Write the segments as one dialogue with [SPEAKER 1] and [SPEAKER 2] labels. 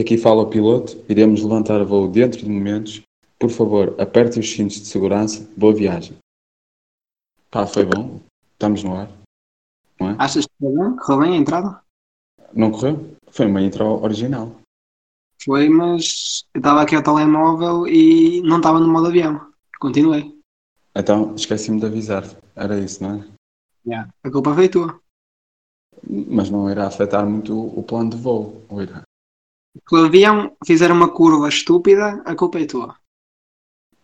[SPEAKER 1] Aqui fala o piloto, iremos levantar voo dentro de momentos. Por favor, aperte os cintos de segurança. Boa viagem. Pá, foi bom. Estamos no ar. Não é?
[SPEAKER 2] Achas que foi bem? Correu bem a entrada?
[SPEAKER 1] Não correu? Foi uma intro original.
[SPEAKER 2] Foi, mas eu estava aqui ao telemóvel e não estava no modo avião. Continuei.
[SPEAKER 1] Então, esqueci-me de avisar-te. Era isso, não é?
[SPEAKER 2] Yeah. A culpa foi tua.
[SPEAKER 1] Mas não irá afetar muito o plano de voo, ou irá?
[SPEAKER 2] Se o avião fizer uma curva estúpida, a culpa é tua.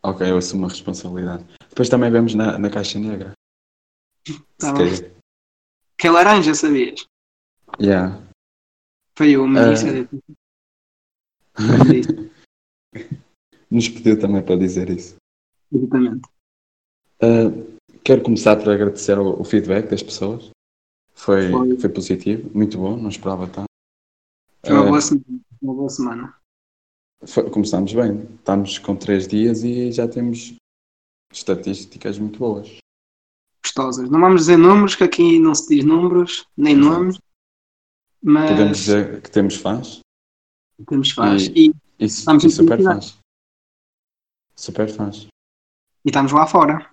[SPEAKER 1] Ok, eu assumo a responsabilidade. Depois também vemos na, na caixa negra.
[SPEAKER 2] Tá
[SPEAKER 1] Se
[SPEAKER 2] bem.
[SPEAKER 1] calhar.
[SPEAKER 2] Que é laranja, sabias?
[SPEAKER 1] Yeah.
[SPEAKER 2] Foi uma
[SPEAKER 1] Ah.
[SPEAKER 2] ministra de- de-
[SPEAKER 1] Nos pediu também para dizer isso.
[SPEAKER 2] Exatamente.
[SPEAKER 1] Ah, quero começar por agradecer o, o feedback das pessoas. Foi,
[SPEAKER 2] Foi.
[SPEAKER 1] foi positivo, muito bom, não esperava tanto.
[SPEAKER 2] Foi uma
[SPEAKER 1] Ah,
[SPEAKER 2] boa semana. Uma boa semana.
[SPEAKER 1] Foi- Começámos bem, estamos com três dias e já temos estatísticas muito boas.
[SPEAKER 2] Gostosas. Não vamos dizer números, que aqui não se diz números, nem
[SPEAKER 1] Exato.
[SPEAKER 2] nomes. Mas
[SPEAKER 1] Podemos dizer que temos fãs
[SPEAKER 2] temos faz.
[SPEAKER 1] e-
[SPEAKER 2] E...
[SPEAKER 1] e, su-
[SPEAKER 2] Estamos
[SPEAKER 1] e
[SPEAKER 2] em
[SPEAKER 1] super
[SPEAKER 2] publicidade.
[SPEAKER 1] fãs. Super fãs.
[SPEAKER 2] e estamos lá fora.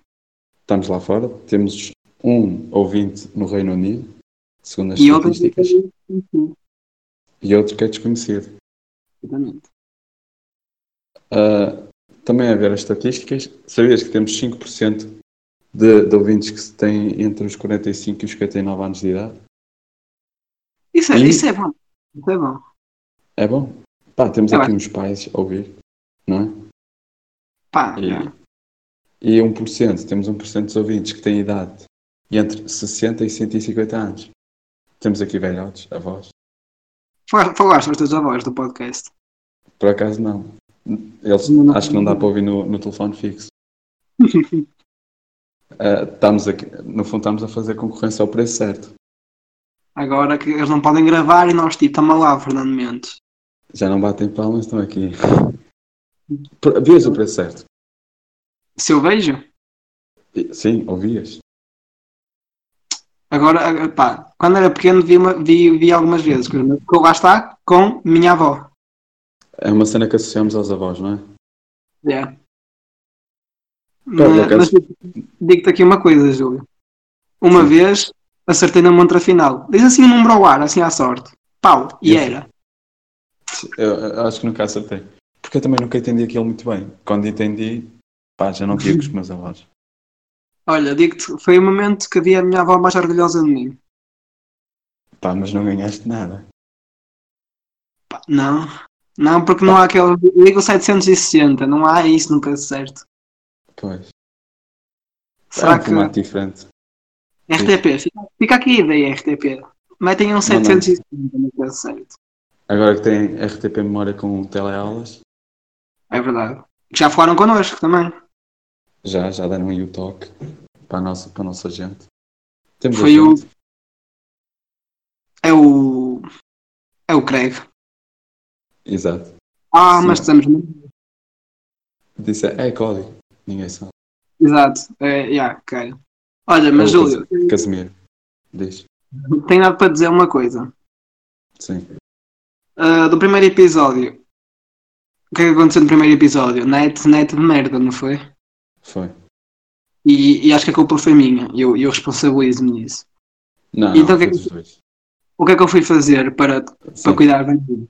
[SPEAKER 1] Estamos lá fora, temos um ouvinte no Reino Unido, segundo as
[SPEAKER 2] E outros.
[SPEAKER 1] estatísticas, e outro que é desconhecido.
[SPEAKER 2] Exatamente.
[SPEAKER 1] Ah, também a ver as estatísticas, sabias que temos 5% de, de ouvintes que se têm entre os 45 e os 59 anos de idade?
[SPEAKER 2] Isso é,
[SPEAKER 1] E-
[SPEAKER 2] isso é bom. Isso é bom.
[SPEAKER 1] É bom. Pá, temos
[SPEAKER 2] É
[SPEAKER 1] aqui uns pais a ouvir, não é?
[SPEAKER 2] Pá,
[SPEAKER 1] E, e 1%, temos 1% dos ouvintes que têm idade entre 60 e 150 anos. Temos aqui velhotes, avós.
[SPEAKER 2] Fa- Falaste aos teus avós do podcast.
[SPEAKER 1] Por acaso não. Eles
[SPEAKER 2] Não, não.
[SPEAKER 1] acho que não dá para ouvir no, no telefone fixo. Ah, estamos aqui, no fundo estamos a fazer concorrência ao preço certo.
[SPEAKER 2] Agora que eles não podem gravar e nós, tipo, estamos lá, Fernando Mendes.
[SPEAKER 1] Já não batem palmas, estão aqui. Por- Vias o preço certo?
[SPEAKER 2] Se eu vejo,
[SPEAKER 1] E- Sim, ouvias.
[SPEAKER 2] agora, ah, pá, quando era pequeno vi, uma- vi, vi algumas vezes, porque eu lá está com minha avó.
[SPEAKER 1] É uma cena que associamos aos avós, não é?
[SPEAKER 2] Yeah.
[SPEAKER 1] Pá, por
[SPEAKER 2] Mas,
[SPEAKER 1] acaso-
[SPEAKER 2] mas digo-te aqui uma coisa, Júlio. Uma vez acertei na montra final. Diz assim um número ao ar, assim à sorte. Pau, e
[SPEAKER 1] Esse-
[SPEAKER 2] era.
[SPEAKER 1] Eu, eu acho que nunca acertei. Porque eu também nunca entendi aquilo muito bem. Quando entendi, pá, já não via com os meus avós.
[SPEAKER 2] Olha, digo-te, foi o momento que vi a minha avó mais orgulhosa de mim.
[SPEAKER 1] Pá, mas não ganhaste nada.
[SPEAKER 2] Pá, não. Não, porque não há aquele. Liga 760, não há isso no preço certo.
[SPEAKER 1] Pois.
[SPEAKER 2] Será
[SPEAKER 1] é um
[SPEAKER 2] que.
[SPEAKER 1] formato diferente.
[SPEAKER 2] RTP, fica, fica aqui a ideia, RTP. Metem um 760 no preço é certo.
[SPEAKER 1] Agora que tem RTP memória com teleaulas,
[SPEAKER 2] É verdade. Já falaram connosco também.
[SPEAKER 1] já, já deram aí o toque para a nossa, para a nossa gente. Temos
[SPEAKER 2] Foi um- o-
[SPEAKER 1] ouvinte.
[SPEAKER 2] É o. É o Craig.
[SPEAKER 1] Exato.
[SPEAKER 2] Ah,
[SPEAKER 1] Sim.
[SPEAKER 2] mas estamos no
[SPEAKER 1] Disse, é código. Ninguém sabe.
[SPEAKER 2] Exato, é, yeah, ok. Olha, mas
[SPEAKER 1] É o
[SPEAKER 2] Júlio,
[SPEAKER 1] Casimiro. Diz.
[SPEAKER 2] tenho nada para dizer uma coisa.
[SPEAKER 1] Sim.
[SPEAKER 2] Ah, do primeiro episódio, o que é que aconteceu no primeiro episódio? Net, net de merda, não foi?
[SPEAKER 1] Foi.
[SPEAKER 2] E, e acho que a culpa foi minha, e eu, eu responsabilizo-me nisso.
[SPEAKER 1] Não, então,
[SPEAKER 2] Então o que é que-
[SPEAKER 1] dos dois.
[SPEAKER 2] O que é que eu fui fazer para, para
[SPEAKER 1] Sim.
[SPEAKER 2] cuidar bem de mim?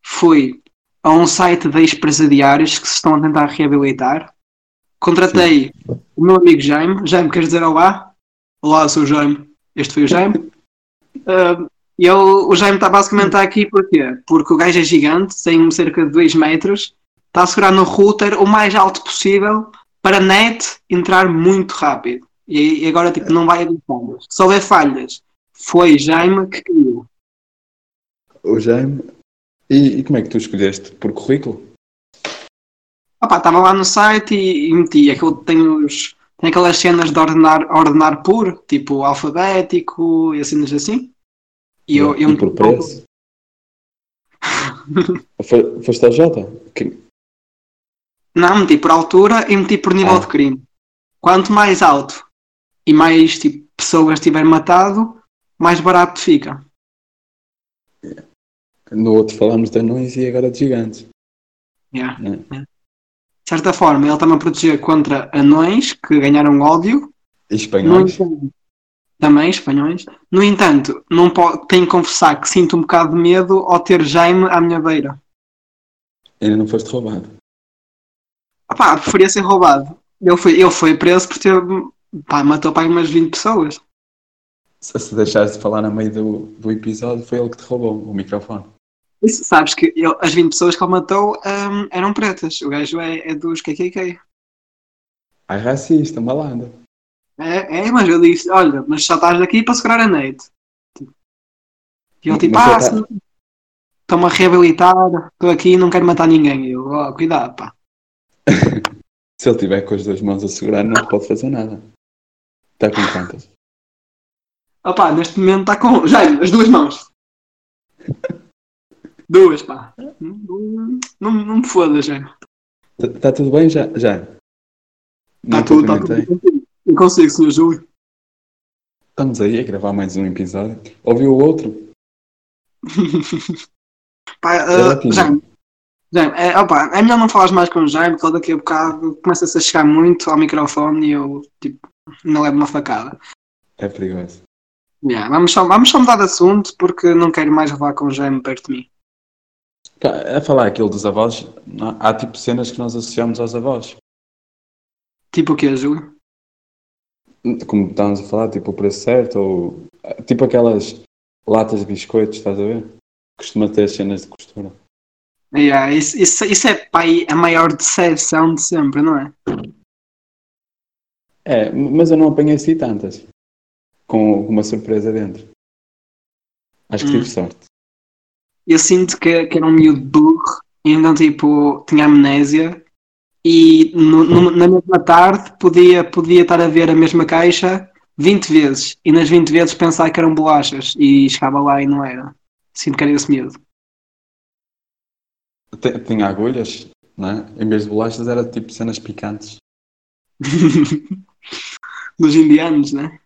[SPEAKER 2] Fui a um site de ex-presidiários que se estão a tentar reabilitar, contratei o meu amigo Jaime, Jaime, queres dizer olá? Olá, eu sou o Jaime. Este foi o Jaime. Ah, e ele- o Jaime está basicamente tá aqui porquê? porque o gajo é gigante, tem cerca de 2 metros, está a segurar no router o mais alto possível para a net entrar muito rápido. E, e agora tipo, não vai haver falhas. Se houver falhas, foi Jaime que criou.
[SPEAKER 1] O Jaime. E, e como é que tu escolheste? Por currículo?
[SPEAKER 2] Opa, Estava lá no site e, e meti aquilo que tem os. Tem aquelas cenas de ordenar, ordenar por, tipo alfabético e cenas assim. E eu, eu
[SPEAKER 1] e por preço? Foi- Foste ao Jota? Que-
[SPEAKER 2] Não, meti por altura e meti por nível
[SPEAKER 1] Ah.
[SPEAKER 2] de crime. Quanto mais alto e mais tipo, pessoas tiver matado, mais barato fica.
[SPEAKER 1] No outro falámos de anões e agora de gigantes.
[SPEAKER 2] Yeah.
[SPEAKER 1] Né?
[SPEAKER 2] De certa forma, ele está-me a proteger contra anões que ganharam ódio.
[SPEAKER 1] E
[SPEAKER 2] No
[SPEAKER 1] espanhóis.
[SPEAKER 2] entanto, também espanhóis. No entanto, não po- tenho que confessar que sinto um bocado de medo ao ter Jaime à minha beira.
[SPEAKER 1] Ainda não foste roubado.
[SPEAKER 2] Opá, preferia ser roubado. Ele foi, ele foi preso por ter. Pá, matou para umas 20 pessoas.
[SPEAKER 1] Se, se deixares de falar no meio do, do episódio, foi ele que te roubou o microfone.
[SPEAKER 2] Isso, sabes que ele- as 20 pessoas que ele matou hum, eram pretas. O gajo é, é dos KKK.
[SPEAKER 1] Ai, Ah, é racista, malandro.
[SPEAKER 2] É, é, mas eu disse: olha, mas só estás aqui para segurar a noite. Tipo. E ele
[SPEAKER 1] Mas ele
[SPEAKER 2] tipo: ah,
[SPEAKER 1] tá-
[SPEAKER 2] se- estou-me a reabilitar, estou aqui e não quero matar ninguém. E eu, ó, cuidado, pá.
[SPEAKER 1] Se ele tiver com as duas mãos a segurar, não te pode fazer nada. Está com quantas?
[SPEAKER 2] Opá, neste momento está com. Jaime, as duas mãos. Duas, pá. Não, não, não me foda, Jaime. Tá
[SPEAKER 1] Está Tá, tudo bem já? já?
[SPEAKER 2] Está
[SPEAKER 1] Não
[SPEAKER 2] tudo, está
[SPEAKER 1] cumprimentei.
[SPEAKER 2] tudo. Eu consigo, senhor Júlio.
[SPEAKER 1] Estamos aí a gravar mais um episódio. Ouviu o outro?
[SPEAKER 2] Pá,
[SPEAKER 1] Ela
[SPEAKER 2] ah,
[SPEAKER 1] tinha.
[SPEAKER 2] Jaime. Jaime, é, opá, é melhor não falares mais com o Jaime, porque ele daqui a bocado começa-se a chegar muito ao microfone e eu, tipo, não levo uma facada.
[SPEAKER 1] É perigoso.
[SPEAKER 2] Yeah, vamos, só, vamos só mudar de assunto, porque não quero mais levar com o Jaime perto de mim.
[SPEAKER 1] Pá, a falar aquilo dos avós, não- há tipo cenas que nós associamos aos avós.
[SPEAKER 2] Tipo o quê, Júlio?
[SPEAKER 1] Como estávamos a falar, tipo o preço certo ou ah, tipo aquelas latas de biscoitos, estás a ver? Costuma ter cenas de costura.
[SPEAKER 2] Yeah, isso, isso, isso é, pai, a maior decepção de sempre, não é?
[SPEAKER 1] É, mas eu não apanhei assim tantas. Com uma surpresa dentro. Acho que
[SPEAKER 2] Hum.
[SPEAKER 1] tive sorte.
[SPEAKER 2] Eu sinto que, que era um miúdo burro, e então tipo, tinha amnésia e no- no- na mesma tarde podia, podia estar a ver a mesma caixa 20 vezes e nas 20 vezes pensar que eram bolachas e chegava lá e não era. Sinto que era esse miúdo.
[SPEAKER 1] Te- Tinha agulhas, né? Em vez de bolachas era tipo cenas picantes.
[SPEAKER 2] Dos indianos, né?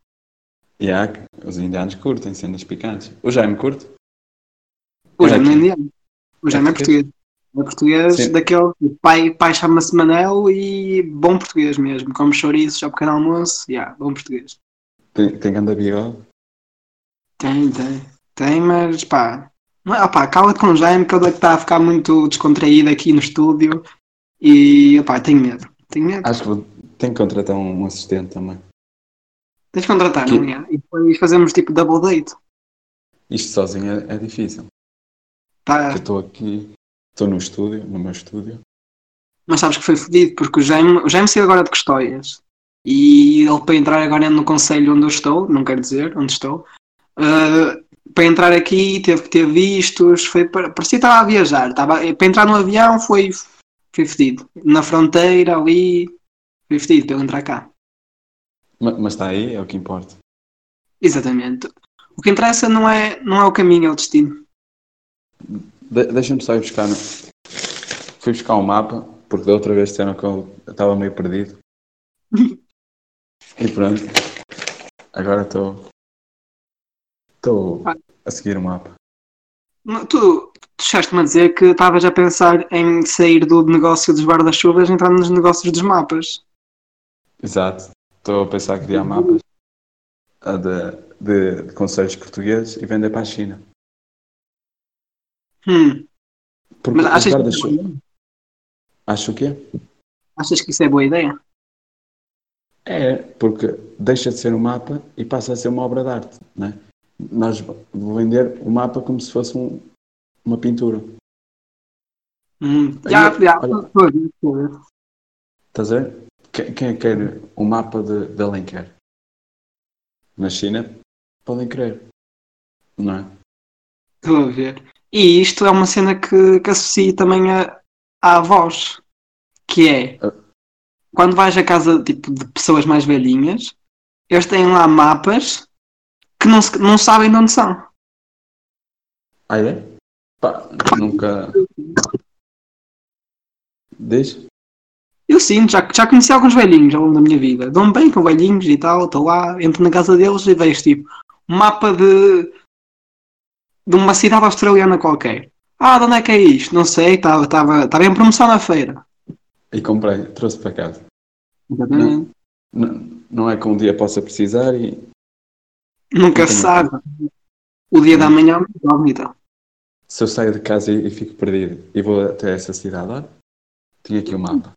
[SPEAKER 1] E há, que- os indianos curtem cenas picantes. O Jaime curte.
[SPEAKER 2] O
[SPEAKER 1] Era
[SPEAKER 2] Jaime não é
[SPEAKER 1] aqui.
[SPEAKER 2] indiano. O Jaime é português. É português
[SPEAKER 1] Sim.
[SPEAKER 2] daquele. O pai, pai chama-se Manel e bom português mesmo. Come chouriços ao pequeno almoço. Yeah, bom português.
[SPEAKER 1] Tem, tem ganda bigode.
[SPEAKER 2] Tem, tem. Tem, mas pá. Não é, opá, cala-te com o Jaime que ele é que está a ficar muito descontraído aqui no estúdio e opá, tenho medo. Tenho medo.
[SPEAKER 1] Acho que vou- tenho que contratar um assistente também.
[SPEAKER 2] Tens de contratar,
[SPEAKER 1] que-
[SPEAKER 2] não é? E depois fazemos tipo double date.
[SPEAKER 1] Isto sozinho é, é difícil.
[SPEAKER 2] Tá?
[SPEAKER 1] Eu estou aqui, estou no estúdio, no meu estúdio.
[SPEAKER 2] Mas sabes que foi fodido, porque o Jaime, o Jaime saiu agora de Custóias e ele para entrar agora no conselho onde eu estou, não quero dizer onde estou, ah, para entrar aqui teve que ter vistos, foi para, parecia que estava a viajar, estava, eh, para entrar no avião foi, foi fedido. Na fronteira ali foi fedido para ele entrar cá.
[SPEAKER 1] Ma- Mas está aí, é o que importa.
[SPEAKER 2] Exatamente. O que interessa não é, não é o caminho, é o destino.
[SPEAKER 1] De Deixa-me só ir buscar. Fui buscar um mapa, porque da outra vez disseram que eu estava meio perdido. e pronto. Agora estou. Estou a seguir o mapa.
[SPEAKER 2] Não, Tu, tu chegaste-me a dizer que estavas a pensar em sair do negócio dos guarda-chuvas e entrar nos negócios dos mapas.
[SPEAKER 1] Exato. Estou a pensar em criar mapas ah, de, de, de conselhos portugueses e vender para a China.
[SPEAKER 2] Hum,
[SPEAKER 1] Porque
[SPEAKER 2] mas
[SPEAKER 1] os
[SPEAKER 2] achas que, isso é boa
[SPEAKER 1] guarda-chu-
[SPEAKER 2] ideia?
[SPEAKER 1] Acho o quê?
[SPEAKER 2] achas que isso é boa ideia?
[SPEAKER 1] É, porque deixa de ser um mapa e passa a ser uma obra de arte. Né? Nós vou vender o mapa como se fosse um- uma pintura.
[SPEAKER 2] Hum,
[SPEAKER 1] Olha,
[SPEAKER 2] já, já,
[SPEAKER 1] olha.
[SPEAKER 2] estou a ver, estou a ver.
[SPEAKER 1] Estás a ver? Que- Quem é que quer um mapa de, de Alenquer? Na China? Podem querer. Não é?
[SPEAKER 2] Estou a ver. E isto é uma cena que, que associo também a, à avós, que é
[SPEAKER 1] Ah.
[SPEAKER 2] quando vais à casa tipo, de pessoas mais velhinhas, eles têm lá mapas que não, se- não sabem de onde são.
[SPEAKER 1] Ah, é? Pá, nunca. Diz?
[SPEAKER 2] Eu sinto, já, já conheci alguns velhinhos ao longo da minha vida. Dou-me bem com velhinhos e tal, estou lá, entro na casa deles e vejo tipo um mapa de de uma cidade australiana qualquer. Ah, de onde é que é isto? Não sei, estava tava, tava em promoção na feira.
[SPEAKER 1] E comprei, trouxe para casa. Não, não é que um dia possa precisar e.
[SPEAKER 2] Nunca se sabe. O dia da manhã é uma incógnita.
[SPEAKER 1] Se eu saio de casa e, e fico perdido e vou até essa cidade, olha, tinha aqui o mapa.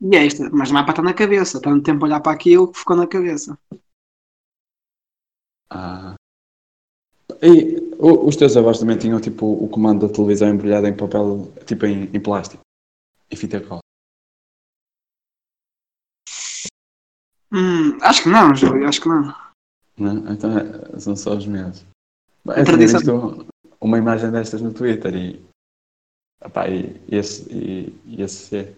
[SPEAKER 2] E é esta, mas o mapa está na cabeça. Tanto tempo a olhar para aquilo que ficou na cabeça.
[SPEAKER 1] Ah. E o- os teus avós também tinham tipo o comando da televisão embrulhado em papel, tipo em, em plástico. Em fita cola.
[SPEAKER 2] Hum, acho que não, Júlio, acho que não.
[SPEAKER 1] Não? Então é- são só os meus. Bem, assim,
[SPEAKER 2] A
[SPEAKER 1] eu tinha
[SPEAKER 2] tradição-
[SPEAKER 1] visto um, uma imagem destas no Twitter e. Epá, e e esse. E, e esse é.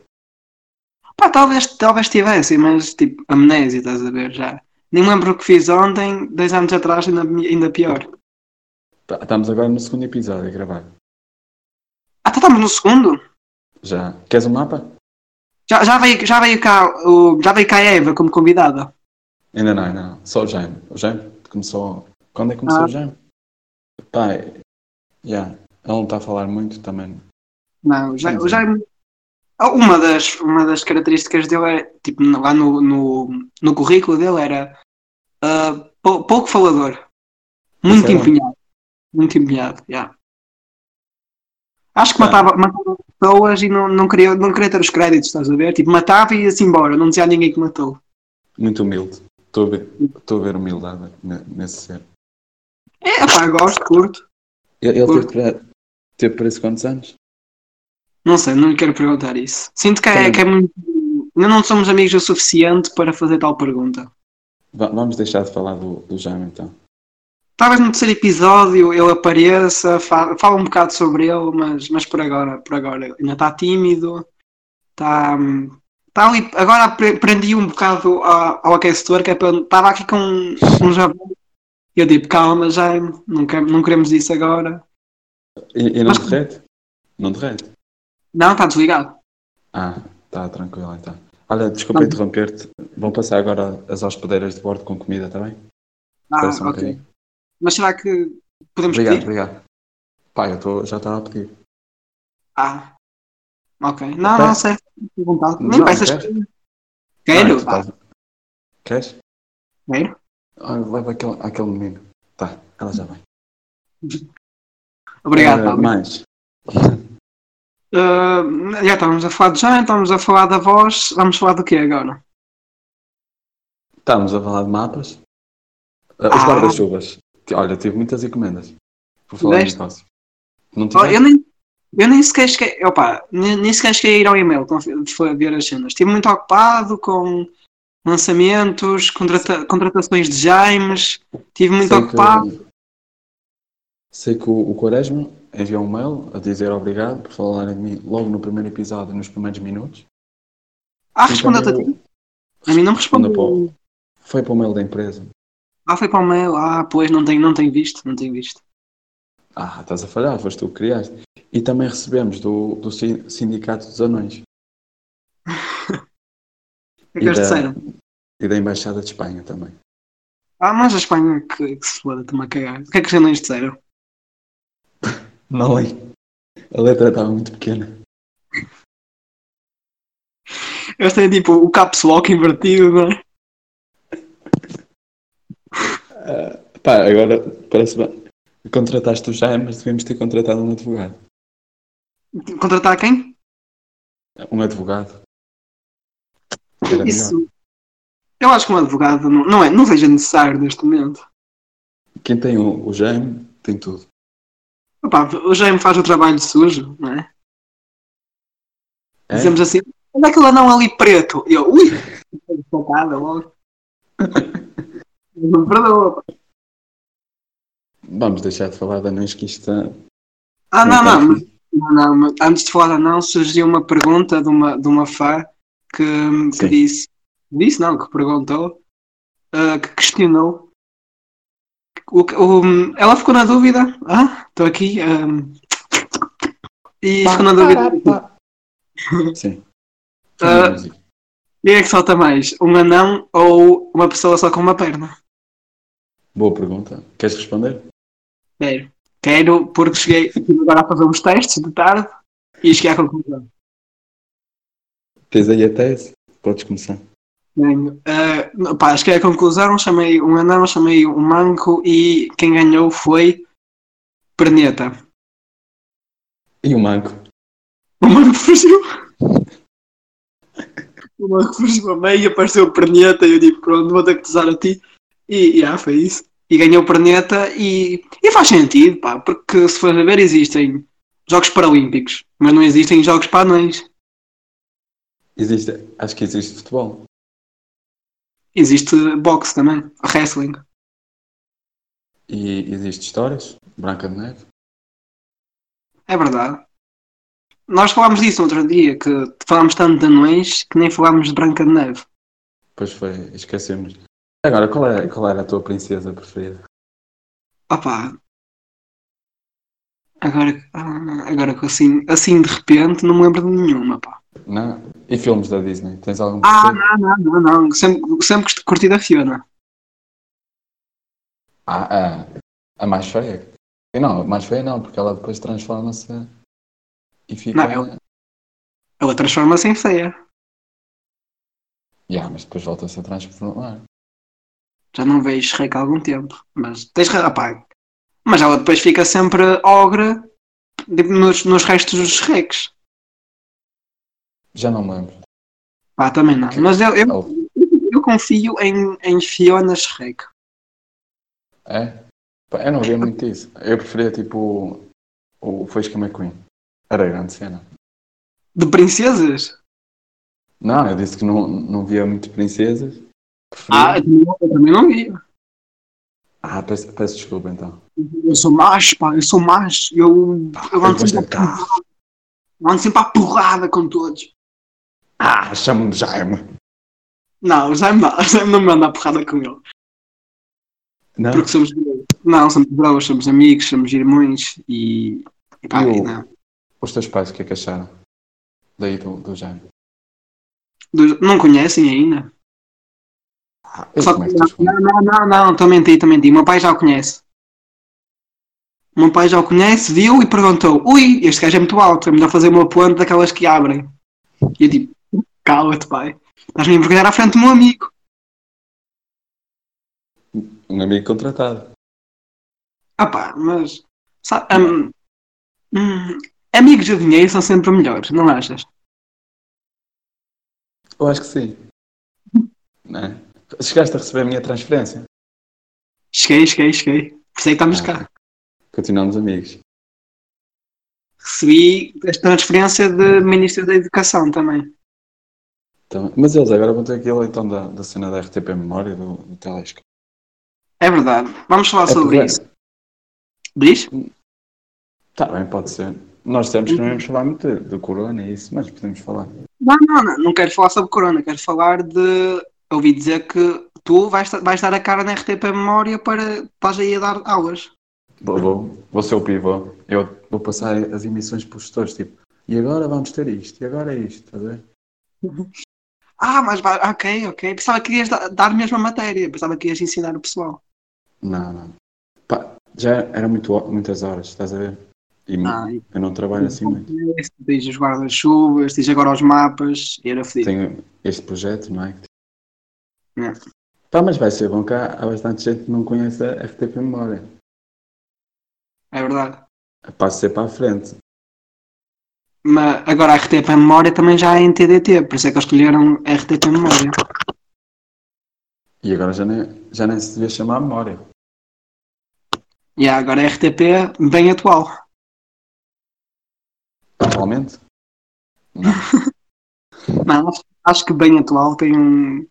[SPEAKER 2] Pá, talvez, talvez tivesse, mas tipo, amnésia, estás a ver já. Nem me lembro o que fiz ontem, dois anos atrás, ainda, ainda pior.
[SPEAKER 1] Tá- Estamos agora no segundo episódio a gravar.
[SPEAKER 2] Ah, tá, estamos no segundo?
[SPEAKER 1] Já. Queres um mapa?
[SPEAKER 2] Já, já, veio, já, veio cá, o, já veio cá a Eva como convidada.
[SPEAKER 1] Ainda não, ainda não. Só o Jaime. O Jaime começou. Quando é que começou
[SPEAKER 2] Ah.
[SPEAKER 1] o Jaime? Pai. Yeah. Ele não está a falar muito também.
[SPEAKER 2] Não, já,
[SPEAKER 1] Sim, sim.
[SPEAKER 2] já Ah, uma das uma das características dele era tipo lá no no, no currículo dele era ah, pou- pouco falador, muito
[SPEAKER 1] Isso é bom.
[SPEAKER 2] empenhado, muito empenhado, yeah. Acho que
[SPEAKER 1] Tá.
[SPEAKER 2] matava, matava pessoas e não, não queria não queria ter os créditos, estás a ver? Tipo matava e ia-se embora, não dizia a ninguém que matou.
[SPEAKER 1] Muito humilde. Estou a ver, estou a ver humildade ne- nesse ser.
[SPEAKER 2] É, pá, gosto, curto.
[SPEAKER 1] Ele, ele
[SPEAKER 2] Curto.
[SPEAKER 1] teve, para, teve para isso quantos anos?
[SPEAKER 2] Não sei, não lhe quero perguntar isso. Sinto que é,
[SPEAKER 1] Também.
[SPEAKER 2] que é muito. Ainda não somos amigos o suficiente para fazer tal pergunta.
[SPEAKER 1] Va- vamos deixar de falar do, do Jaime então.
[SPEAKER 2] Talvez no terceiro episódio ele apareça, fa- fala um bocado sobre ele, mas, mas por agora, por agora ainda está tímido, está, hum, está ali, agora apre- prendi um bocado a- ao aquecedor, que é para, estava aqui com um, um javão, e eu digo, calma Jaime, não, quer- não queremos isso agora.
[SPEAKER 1] E, e não
[SPEAKER 2] Mas-
[SPEAKER 1] derrete? Não derrete?
[SPEAKER 2] Não, está desligado.
[SPEAKER 1] Ah, está tranquilo então. Olha, desculpa
[SPEAKER 2] Não.
[SPEAKER 1] interromper-te. Vão passar agora as hospedeiras de bordo com comida, está bem?
[SPEAKER 2] Ah,
[SPEAKER 1] Espera só um
[SPEAKER 2] ok.
[SPEAKER 1] bocadinho.
[SPEAKER 2] Mas será que podemos
[SPEAKER 1] Obrigado,
[SPEAKER 2] pedir?
[SPEAKER 1] obrigado. Pai, eu tô- já estava a pedir.
[SPEAKER 2] Ah, ok. Não,
[SPEAKER 1] Tá.
[SPEAKER 2] não sei, fique à vontade.
[SPEAKER 1] Não,
[SPEAKER 2] Nem
[SPEAKER 1] não
[SPEAKER 2] peças
[SPEAKER 1] quero.
[SPEAKER 2] coisas.
[SPEAKER 1] Ah,
[SPEAKER 2] Quero,
[SPEAKER 1] tu
[SPEAKER 2] ah,
[SPEAKER 1] estás- Queres?
[SPEAKER 2] quero.
[SPEAKER 1] tá. Ah, leva aquele, aquele menino. Tá, ela já vai.
[SPEAKER 2] Obrigado,
[SPEAKER 1] Ah,
[SPEAKER 2] Paulo.
[SPEAKER 1] mais.
[SPEAKER 2] Uh, já estávamos a falar de Jean, estávamos a falar da voz, vamos falar do quê agora?
[SPEAKER 1] Estávamos a falar de mapas. Ah, os
[SPEAKER 2] Ah.
[SPEAKER 1] guarda-chuvas. Ti- Olha, tive muitas encomendas. Por falar
[SPEAKER 2] Deste?
[SPEAKER 1] em negócio. Não
[SPEAKER 2] Oh,
[SPEAKER 1] tive.
[SPEAKER 2] eu, nem, eu nem sequer cheguei, opa, nem, nem sequer cheguei a ir ao e-mail com- foi ver as cenas. Estive muito ocupado com lançamentos, contrata- contratações de Jaimes, estive muito
[SPEAKER 1] sei
[SPEAKER 2] ocupado.
[SPEAKER 1] que, sei que o, o Quaresma enviou um mail a dizer obrigado por falarem de mim logo no primeiro episódio, nos primeiros minutos.
[SPEAKER 2] Ah,
[SPEAKER 1] Então
[SPEAKER 2] respondeu-te a
[SPEAKER 1] eu-
[SPEAKER 2] ti? A mim não
[SPEAKER 1] Responda,
[SPEAKER 2] respondeu.
[SPEAKER 1] Foi para o mail da empresa.
[SPEAKER 2] Ah, foi para o mail. Ah, pois, não tenho, não tenho visto, não tenho visto.
[SPEAKER 1] Ah, estás a falhar, foste tu que criaste. E também recebemos do, do sin- Sindicato dos Anões
[SPEAKER 2] O que é que eles
[SPEAKER 1] Ainda-
[SPEAKER 2] disseram?
[SPEAKER 1] e da Embaixada de Espanha também.
[SPEAKER 2] Ah, mas a Espanha que, que se foda, estou-me a cagar. O que é que os anões disseram?
[SPEAKER 1] Não li. A letra estava muito pequena.
[SPEAKER 2] Eles têm tipo o caps lock invertido, não é?
[SPEAKER 1] Pá, agora parece bem. Contrataste o Jaime, mas devíamos ter contratado um advogado.
[SPEAKER 2] Contratar quem?
[SPEAKER 1] Um advogado. Era melhor.
[SPEAKER 2] Isso. Eu acho que um advogado não, não, é, não seja necessário neste momento.
[SPEAKER 1] Quem tem o, o Jaime, tem tudo.
[SPEAKER 2] Opa, o Jaime faz o trabalho sujo, não é?
[SPEAKER 1] É?
[SPEAKER 2] Dizemos assim, onde é aquele anão ali preto? E eu, ui! é Focada logo. Mas Não me perdoa. pá.
[SPEAKER 1] Vamos deixar de falar da anões que isto tá- está.
[SPEAKER 2] Ah, não,
[SPEAKER 1] está
[SPEAKER 2] não. mas-
[SPEAKER 1] aqui.
[SPEAKER 2] não, não, mas antes de falar de anão, surgiu uma pergunta de uma, de uma fã que,
[SPEAKER 1] Sim.
[SPEAKER 2] que disse, disse não, que perguntou, ah, que questionou O que- o- ela ficou na dúvida. Ah, estou aqui. ahm, e ficou na dúvida.
[SPEAKER 1] Sim. Foi uma
[SPEAKER 2] Ah,
[SPEAKER 1] música.
[SPEAKER 2] Quem é que salta mais? Um anão ou uma pessoa só com uma perna?
[SPEAKER 1] Boa pergunta. Queres responder?
[SPEAKER 2] Sério. Quero, porque cheguei agora a fazer uns testes de tarde e cheguei à conclusão.
[SPEAKER 1] Tens aí a tese? Podes começar.
[SPEAKER 2] Tenho. Ah, não, pá, cheguei à conclusão, chamei um anão, chamei um manco e quem ganhou foi Perneta.
[SPEAKER 1] E o Manco?
[SPEAKER 2] O manco fugiu. O manco fugiu a meio, apareceu o perneta e eu digo, pronto, vou ter que tesar a ti. E já foi isso. E ganhou o perneta e, e faz sentido, pá, porque se for a ver existem Jogos Paralímpicos, mas não existem Jogos para anões.
[SPEAKER 1] Existe, acho que existe futebol.
[SPEAKER 2] Existe boxe também, wrestling.
[SPEAKER 1] E existe histórias. Branca de Neve.
[SPEAKER 2] É verdade. Nós falámos disso no outro dia, que falámos tanto de anões que nem falámos de Branca de Neve.
[SPEAKER 1] Pois foi, esquecemos. Agora, qual, é, qual era a tua princesa preferida?
[SPEAKER 2] Opa. Agora, ah, agora que assim, assim de repente não me lembro de nenhuma, pá.
[SPEAKER 1] Não? E filmes da Disney? Tens algum
[SPEAKER 2] Ah,
[SPEAKER 1] preferido?
[SPEAKER 2] não, não, não, não. Sempre, sempre gost- curti da Fiona.
[SPEAKER 1] Ah, ah, a mais feia. E não, a mais feia não, porque ela depois transforma-se e fica.
[SPEAKER 2] Não, Ela transforma-se em feia.
[SPEAKER 1] Yeah, mas depois volta-se a transformar.
[SPEAKER 2] Já não vejo Shrek há algum tempo. Mas tens razão, pá. Mas ela depois fica sempre ogre tipo, nos, nos restos dos Shreks.
[SPEAKER 1] Já não me lembro.
[SPEAKER 2] Pá, também não. Mas eu, eu,
[SPEAKER 1] Ela-
[SPEAKER 2] eu confio em, em Fiona Shrek.
[SPEAKER 1] É? Pá, Eu não via muito isso. Eu preferia tipo o, o Faísca McQueen. Era a grande cena.
[SPEAKER 2] De princesas?
[SPEAKER 1] Não, eu disse que não, não via muito princesas.
[SPEAKER 2] Ah,
[SPEAKER 1] Preferia...
[SPEAKER 2] eu também não- eu também não vi.
[SPEAKER 1] Ah, peço, peço desculpa então.
[SPEAKER 2] Eu sou macho, pá, eu sou macho. Eu, eu
[SPEAKER 1] Eu
[SPEAKER 2] ando,
[SPEAKER 1] vou
[SPEAKER 2] sempre a,
[SPEAKER 1] tentar.
[SPEAKER 2] eu ando sempre à porrada com todos.
[SPEAKER 1] Ah, chama-me Jaime.
[SPEAKER 2] Não, o Jaime não, o Jaime não me anda à porrada com ele.
[SPEAKER 1] Não?
[SPEAKER 2] Porque somos. Não, somos brothers, somos amigos, somos irmãos e. e pá,
[SPEAKER 1] Eu-
[SPEAKER 2] e não.
[SPEAKER 1] Os teus pais, o que é que acharam? Daí do, do Jaime.
[SPEAKER 2] Dos- Não conhecem ainda?
[SPEAKER 1] Ah, eu
[SPEAKER 2] Só que-
[SPEAKER 1] como é que tu respondes?
[SPEAKER 2] não, não, não, não, estou a mentir, estou a mentir. O meu pai já o conhece. O meu pai já o conhece, viu e perguntou: Ui, este gajo é muito alto, é melhor fazer uma ponte daquelas que abrem. E eu tipo: Cala-te, pai. Estás-me a envergonhar à frente do meu amigo.
[SPEAKER 1] Um amigo contratado.
[SPEAKER 2] Ah pá, mas. sabe, hum, hum, amigos de dinheiro são sempre melhores, não achas?
[SPEAKER 1] Eu acho que sim. Não é? Chegaste a receber a minha transferência.
[SPEAKER 2] Cheguei, cheguei, cheguei. Por isso é que estamos
[SPEAKER 1] Ah.
[SPEAKER 2] cá.
[SPEAKER 1] Continuamos amigos.
[SPEAKER 2] Recebi a transferência de Ministro da Educação também.
[SPEAKER 1] Então, mas eles agora vão ter aquilo então da, da cena da RTP Memória do, do Telesco.
[SPEAKER 2] É verdade. Vamos falar sobre
[SPEAKER 1] porreiro.
[SPEAKER 2] isso. Diz?
[SPEAKER 1] Tá bem, pode ser. Nós temos que não íamos falar muito de- do Corona e isso, mas podemos falar.
[SPEAKER 2] Não, não, não. Não quero falar sobre Corona. Quero falar de. Ouvi dizer que tu vais, vais dar a cara na RTP Memória para. Estás aí a dar aulas.
[SPEAKER 1] Vou, vou, vou ser o pivô. Eu vou passar as emissões para os gestores, tipo, e agora vamos ter isto, e agora é isto, estás a ver?
[SPEAKER 2] Ah, mas vai. Ok, ok. Pensava que querias da- dar mesmo a matéria. Pensava que ias ensinar o pessoal.
[SPEAKER 1] Não, não. Pá, já eram muito, muitas horas, estás a ver? E
[SPEAKER 2] Ah, e-
[SPEAKER 1] eu não trabalho assim muito.
[SPEAKER 2] Diz os guarda-chuvas, diz agora os mapas. Era fodido.
[SPEAKER 1] é? Tenho este projeto, não é?
[SPEAKER 2] É.
[SPEAKER 1] Pá, mas vai ser bom que há, há bastante gente que não conhece a FTP Memória.
[SPEAKER 2] É verdade.
[SPEAKER 1] Passa a ser para a frente.
[SPEAKER 2] Mas agora a RTP Memória também já é em TDT, por isso é que eles escolheram a RTP Memória.
[SPEAKER 1] E agora já nem, já nem se devia chamar Memória.
[SPEAKER 2] E há agora a RTP bem atual.
[SPEAKER 1] Atualmente? Não.
[SPEAKER 2] Não, acho- acho que bem atual tem um.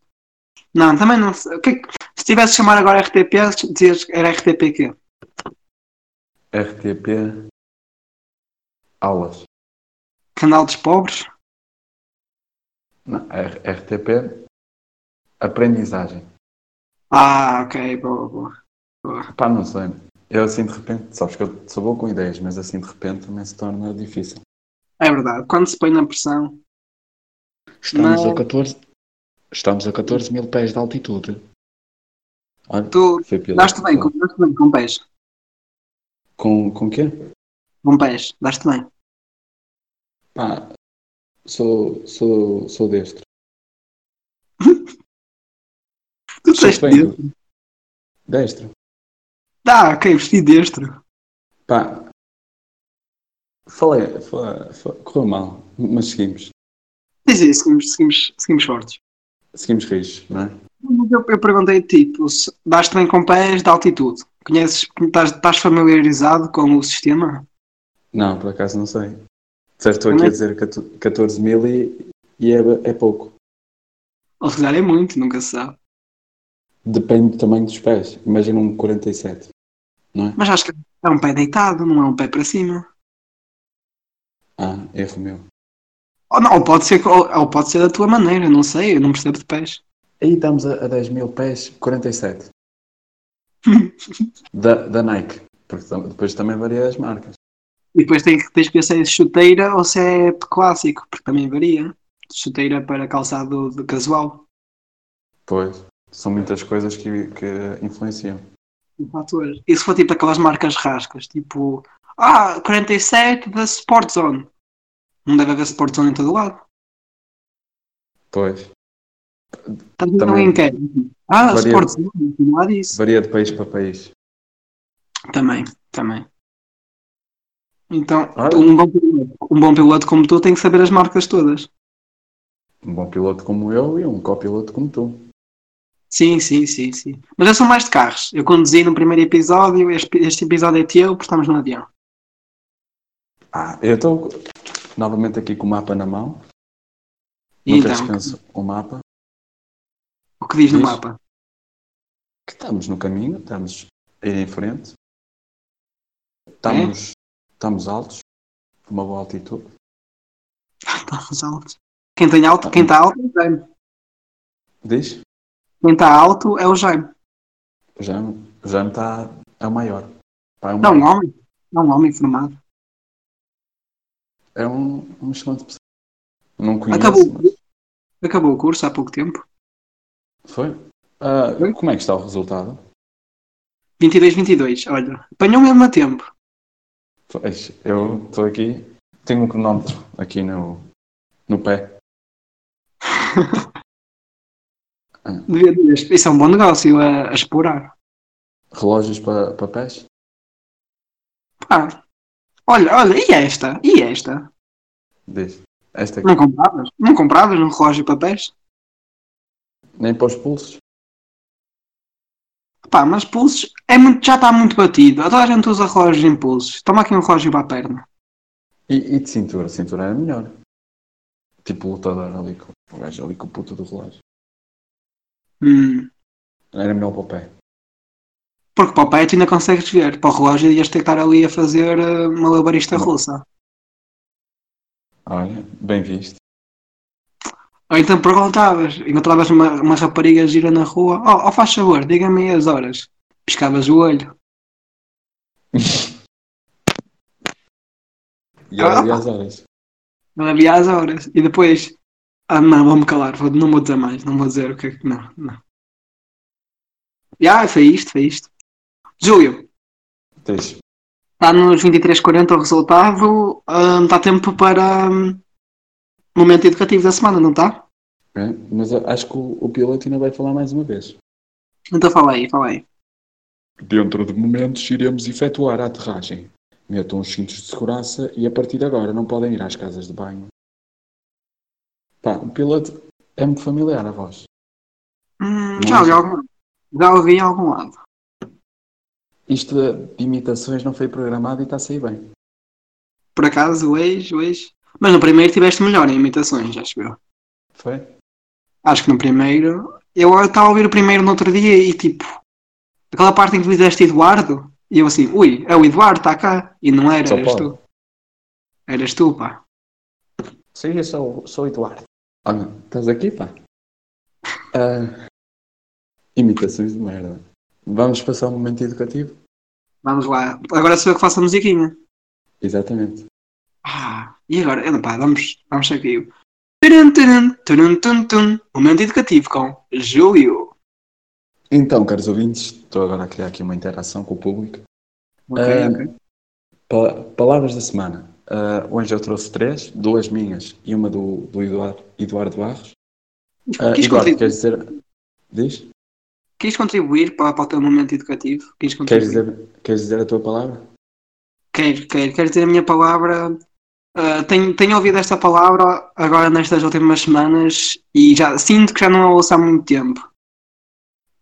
[SPEAKER 2] Não, também não sei. O que é que- Se tivesse de chamar agora RTP, dizias que era RTP quê?
[SPEAKER 1] RTP Aulas.
[SPEAKER 2] Canal dos Pobres?
[SPEAKER 1] Não, é R- RTP Aprendizagem.
[SPEAKER 2] Ah, ok, boa, boa. boa.
[SPEAKER 1] Pá, não sei. Eu assim de repente, sabes que eu sou bom com ideias, mas assim de repente também se torna difícil.
[SPEAKER 2] É verdade, quando se põe na pressão.
[SPEAKER 1] Estamos
[SPEAKER 2] Não.
[SPEAKER 1] a 14. Estamos a 14 mil pés de altitude. Olha,
[SPEAKER 2] Tu
[SPEAKER 1] foi pela-
[SPEAKER 2] daste bem, com- daste bem com pés.
[SPEAKER 1] Com, com quê?
[SPEAKER 2] Bom pés, dás-te bem.
[SPEAKER 1] Pá, sou, sou, sou destro.
[SPEAKER 2] Tu disseste
[SPEAKER 1] Suspenso.
[SPEAKER 2] destro?
[SPEAKER 1] Destro.
[SPEAKER 2] Ah, ok, vesti destro.
[SPEAKER 1] Pá, falei, fa- fa- correu mal, mas seguimos.
[SPEAKER 2] Diz aí, seguimos, seguimos, seguimos fortes.
[SPEAKER 1] Seguimos rijos, não é?
[SPEAKER 2] Mas Eu, eu perguntei tipo, se dás-te bem com pés de altitude. Conheces, estás, estás familiarizado com o sistema?
[SPEAKER 1] Não, por acaso não sei. Certo, estou aqui a dizer 14 mil e, e é, é pouco.
[SPEAKER 2] Ou se calhar é muito, nunca se sabe.
[SPEAKER 1] Depende do tamanho dos pés. Imagina um 47.
[SPEAKER 2] Mas acho que é um pé deitado, não é um pé para cima.
[SPEAKER 1] Ah, erro meu.
[SPEAKER 2] Ou, não, ou pode ser, co- ou, ou pode ser da tua maneira, não sei, eu não percebo de pés.
[SPEAKER 1] Aí estamos a, a 10 mil pés, 47. da, da Nike. Porque tam- depois também varia as marcas.
[SPEAKER 2] E depois tem que, tens que ver se é chuteira ou se é de clássico, porque também varia. Chuteira para calçado de casual,
[SPEAKER 1] Pois. São muitas coisas que, que influenciam.
[SPEAKER 2] um fator. E se for tipo aquelas marcas rascas, tipo, ah, 47 da Sport Zone. Não deve haver Sport Zone em todo lado.
[SPEAKER 1] Pois.
[SPEAKER 2] Também,
[SPEAKER 1] Também.
[SPEAKER 2] também não quer. Ah,
[SPEAKER 1] Varia.
[SPEAKER 2] Sport Zone, não há disso.
[SPEAKER 1] Varia de país para país.
[SPEAKER 2] Também, também. Então,
[SPEAKER 1] Olha.
[SPEAKER 2] um bom, piloto, um bom piloto como tu tem que saber as marcas todas.
[SPEAKER 1] Um bom piloto como eu e um copiloto como tu.
[SPEAKER 2] Sim, sim, sim, sim. Mas eu sou mais de carros. Eu conduzi no primeiro episódio, este, este episódio é teu, porque estamos no avião.
[SPEAKER 1] Ah, eu estou novamente aqui com o mapa na mão.
[SPEAKER 2] E
[SPEAKER 1] Nunca
[SPEAKER 2] então,
[SPEAKER 1] descanso o mapa.
[SPEAKER 2] o que diz no
[SPEAKER 1] Diz.
[SPEAKER 2] mapa?
[SPEAKER 1] que estamos no caminho, estamos a ir em frente, estamos, estamos altos, uma boa altitude.
[SPEAKER 2] Estamos altos. Quem tem alto, quem está alto é o Jaime.
[SPEAKER 1] Diz?
[SPEAKER 2] Quem está alto é o Jaime.
[SPEAKER 1] O Jaime o Jaime está é o maior. Pá, é um,
[SPEAKER 2] É um homem. É um homem formado.
[SPEAKER 1] é um, um excelente pessoa. Não conheço.
[SPEAKER 2] Acabou.
[SPEAKER 1] mas-
[SPEAKER 2] Acabou o curso há pouco tempo.
[SPEAKER 1] Foi? Ah,
[SPEAKER 2] Foi.
[SPEAKER 1] como é que está o resultado?
[SPEAKER 2] 22-22, olha. Apanhou mesmo a tempo.
[SPEAKER 1] Pois, é, eu estou aqui, tenho um cronómetro aqui no, no pé.
[SPEAKER 2] Devia dizer, Isso é um bom negócio a, a explorar.
[SPEAKER 1] Relógios para pa pés?
[SPEAKER 2] Pá. Olha, olha, e esta? E esta?
[SPEAKER 1] Diz. Esta aqui.
[SPEAKER 2] Não compravas? Não compravas um relógio de papéis?
[SPEAKER 1] Nem para os pulsos?
[SPEAKER 2] Pá, mas pulsos é muito, já está muito batido. Toda a gente usa relógios em pulsos. Toma aqui um relógio para a perna.
[SPEAKER 1] E, e de cintura? Cintura era melhor. Tipo lutador ali com o gajo ali com o puto do relógio.
[SPEAKER 2] Hum.
[SPEAKER 1] Era melhor para o pé.
[SPEAKER 2] Porque para o pé tu ainda consegues ver. Para o relógio ias ter que estar ali a fazer eh, uma labarista
[SPEAKER 1] Não.
[SPEAKER 2] russa.
[SPEAKER 1] Olha, bem visto.
[SPEAKER 2] Ou então perguntavas, encontravas uma, uma rapariga gira na rua. Oh, oh faz favor, diga-me aí as horas. Piscavas o olho.
[SPEAKER 1] E era ali às horas.
[SPEAKER 2] Não havia as horas. E depois... Ah, não, vou-me calar. Vou, não vou dizer mais. Não vou dizer o que é que... Não, não. Ah, foi isto, foi isto. Júlio,
[SPEAKER 1] Tens.
[SPEAKER 2] Está nos 23.40 o resultado. Ahm, Está tempo para ahm, momento educativo da semana, não tá? está?
[SPEAKER 1] É, mas eu acho que o, o piloto ainda vai falar mais uma vez.
[SPEAKER 2] Então fala aí, fala aí.
[SPEAKER 1] Dentro de momentos iremos efetuar a aterragem. Metam os cintos de segurança e a partir de agora não podem ir às casas de banho. Pá, o piloto é-me familiar a voz.
[SPEAKER 2] Hum, já ouvi algum Já ouvi em algum lado.
[SPEAKER 1] Isto de imitações não foi programado e está a sair bem.
[SPEAKER 2] Por acaso, o ex, o ex. Mas no primeiro tiveste melhor em imitações, acho eu.
[SPEAKER 1] Foi?
[SPEAKER 2] Acho que no primeiro. Eu estava a ouvir o primeiro no outro dia e tipo. Aquela parte em que tu disseste Eduardo. E eu assim, ui, é o Eduardo, está cá. E não era,
[SPEAKER 1] Só
[SPEAKER 2] eras
[SPEAKER 1] pode.
[SPEAKER 2] tu. Eras tu, pá.
[SPEAKER 1] Sim, eu sou, sou Eduardo. Olha, estás aqui, pá? Ah, imitações de merda. Vamos passar um momento educativo?
[SPEAKER 2] Vamos lá. Agora sou eu que faço a musiquinha.
[SPEAKER 1] Exatamente.
[SPEAKER 2] Ah, e agora? Anda, pá, vamos, vamos aqui. Turum, turum, turum, tum, tum. Momento educativo com Júlio.
[SPEAKER 1] Então, caros ouvintes, estou agora a criar aqui uma interação com o público.
[SPEAKER 2] Ok,
[SPEAKER 1] Ah,
[SPEAKER 2] ok.
[SPEAKER 1] Pa- palavras da semana. Ah, hoje eu trouxe três, duas minhas e uma do, do Eduardo, Eduardo Barros. Ah,
[SPEAKER 2] Quis
[SPEAKER 1] Eduardo,
[SPEAKER 2] contribuir,
[SPEAKER 1] queres dizer. Diz?
[SPEAKER 2] quis contribuir para, para o teu momento educativo? Quis
[SPEAKER 1] Queres
[SPEAKER 2] contribuir?
[SPEAKER 1] dizer, queres dizer a tua palavra?
[SPEAKER 2] Quero, quero, quero dizer a minha palavra. Ah, tenho, tenho ouvido esta palavra agora nestas últimas semanas e já sinto que já não a ouço há muito tempo.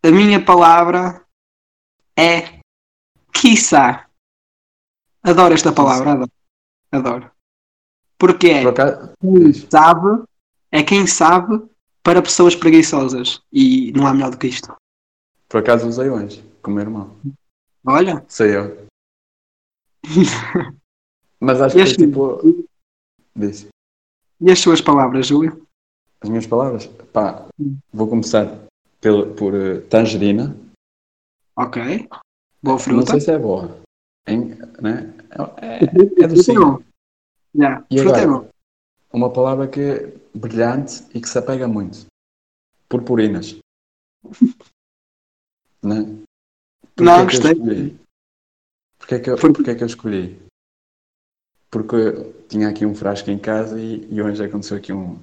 [SPEAKER 2] A minha palavra é quiçá. Adoro esta palavra, adoro. adoro. Porque é
[SPEAKER 1] Por acaso,
[SPEAKER 2] quem sabe, é quem sabe para pessoas preguiçosas. E não há melhor do que isto.
[SPEAKER 1] por acaso usei hoje, com o meu irmão.
[SPEAKER 2] Olha,
[SPEAKER 1] Sei eu. Mas acho que
[SPEAKER 2] E as-
[SPEAKER 1] foi tipo. Diz.
[SPEAKER 2] e as suas palavras, Júlio?
[SPEAKER 1] As minhas palavras? Pá,
[SPEAKER 2] Hum.
[SPEAKER 1] vou começar pelo, por eh, tangerina.
[SPEAKER 2] Ok. Boa
[SPEAKER 1] Não
[SPEAKER 2] fruta.
[SPEAKER 1] sei se é boa. Em- né? É, é, é
[SPEAKER 2] Fruta é
[SPEAKER 1] docinho.
[SPEAKER 2] bom. Já,
[SPEAKER 1] E
[SPEAKER 2] fruta é
[SPEAKER 1] agora?
[SPEAKER 2] bom.
[SPEAKER 1] Uma palavra que é brilhante e que se apega muito. Purpurinas. né? Porquê é
[SPEAKER 2] Não,
[SPEAKER 1] que eu
[SPEAKER 2] gostei.
[SPEAKER 1] escolhi? Porquê é que, eu,
[SPEAKER 2] Por-
[SPEAKER 1] porquê que eu escolhi? Porque eu tinha aqui um frasco em casa e, e hoje aconteceu aqui um,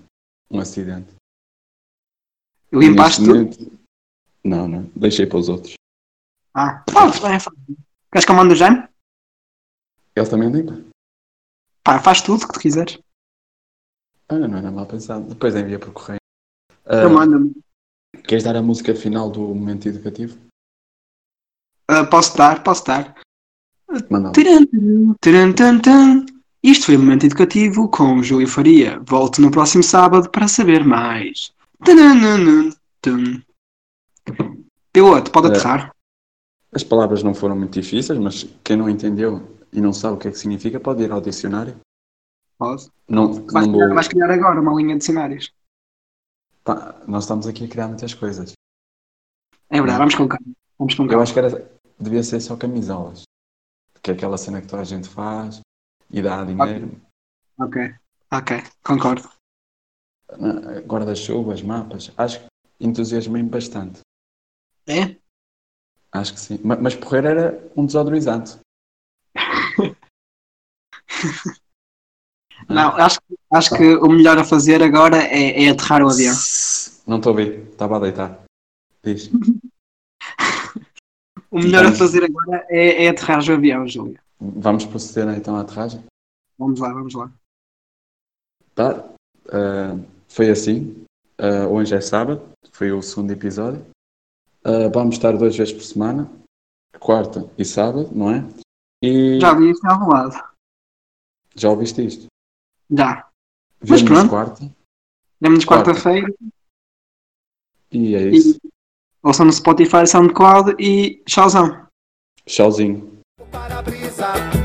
[SPEAKER 1] um acidente.
[SPEAKER 2] Limpaste
[SPEAKER 1] Neste
[SPEAKER 2] tudo?
[SPEAKER 1] momento- Não, não. Deixei para os outros.
[SPEAKER 2] Ah, pronto, é fácil. Queres que eu mande o Jaime?
[SPEAKER 1] Ele também limpa.
[SPEAKER 2] Pá, faz tudo o que tu quiseres.
[SPEAKER 1] Ah, não era mal pensado. Depois envia por correio.
[SPEAKER 2] Eu
[SPEAKER 1] Ah,
[SPEAKER 2] mando-me.
[SPEAKER 1] queres dar a música final do momento educativo?
[SPEAKER 2] Ah, posso dar, posso dar.
[SPEAKER 1] Manda.
[SPEAKER 2] Taran, taran, tan, tan. Isto foi o Momento Educativo com Júlio Faria. Volto no próximo sábado para saber mais. Tarananã, tum. Piloto, pode
[SPEAKER 1] É.
[SPEAKER 2] aterrar.
[SPEAKER 1] As palavras não foram muito difíceis, mas quem não entendeu e não sabe o que é que significa pode ir ao dicionário.
[SPEAKER 2] Pode.
[SPEAKER 1] Não, não
[SPEAKER 2] Vais, criar,
[SPEAKER 1] vou-
[SPEAKER 2] vais criar agora uma linha de cenários.
[SPEAKER 1] Pá, tá, nós estamos aqui a criar muitas coisas.
[SPEAKER 2] É verdade,
[SPEAKER 1] Não.
[SPEAKER 2] vamos com calma. Vamos com
[SPEAKER 1] Eu
[SPEAKER 2] calma.
[SPEAKER 1] acho que era, devia ser só camisolas. Que é aquela cena que toda a gente faz e dá dinheiro.
[SPEAKER 2] Ok, ok, concordo.
[SPEAKER 1] na- Guarda-chuvas, mapas. Acho que entusiasmei-me bastante.
[SPEAKER 2] É?
[SPEAKER 1] Acho que sim. Ma- Mas, porreiro era um desodorizante.
[SPEAKER 2] Não, acho, que- acho que o melhor a fazer agora é, é aterrar o avião.
[SPEAKER 1] Não estou a ouvir. Estava a deitar. Diz.
[SPEAKER 2] O melhor a fazer agora é, é aterrar o avião, Júlio.
[SPEAKER 1] Vamos proceder então à aterragem?
[SPEAKER 2] Vamos lá, vamos lá.
[SPEAKER 1] Tá. Ah, foi assim. Ah, hoje é sábado, foi o segundo episódio. Ah, vamos estar duas vezes por semana, quarta e sábado, não é? E
[SPEAKER 2] Já vi isto em algum lado.
[SPEAKER 1] já ouviste isto?
[SPEAKER 2] Já. Mas
[SPEAKER 1] Vemos
[SPEAKER 2] pronto.
[SPEAKER 1] quarta
[SPEAKER 2] Lembro-nos
[SPEAKER 1] Quarta.
[SPEAKER 2] quarta-feira
[SPEAKER 1] e é
[SPEAKER 2] e
[SPEAKER 1] isso.
[SPEAKER 2] ouçam no Spotify, SoundCloud e tchauzão.
[SPEAKER 1] Tchauzinho.
[SPEAKER 3] para-brisa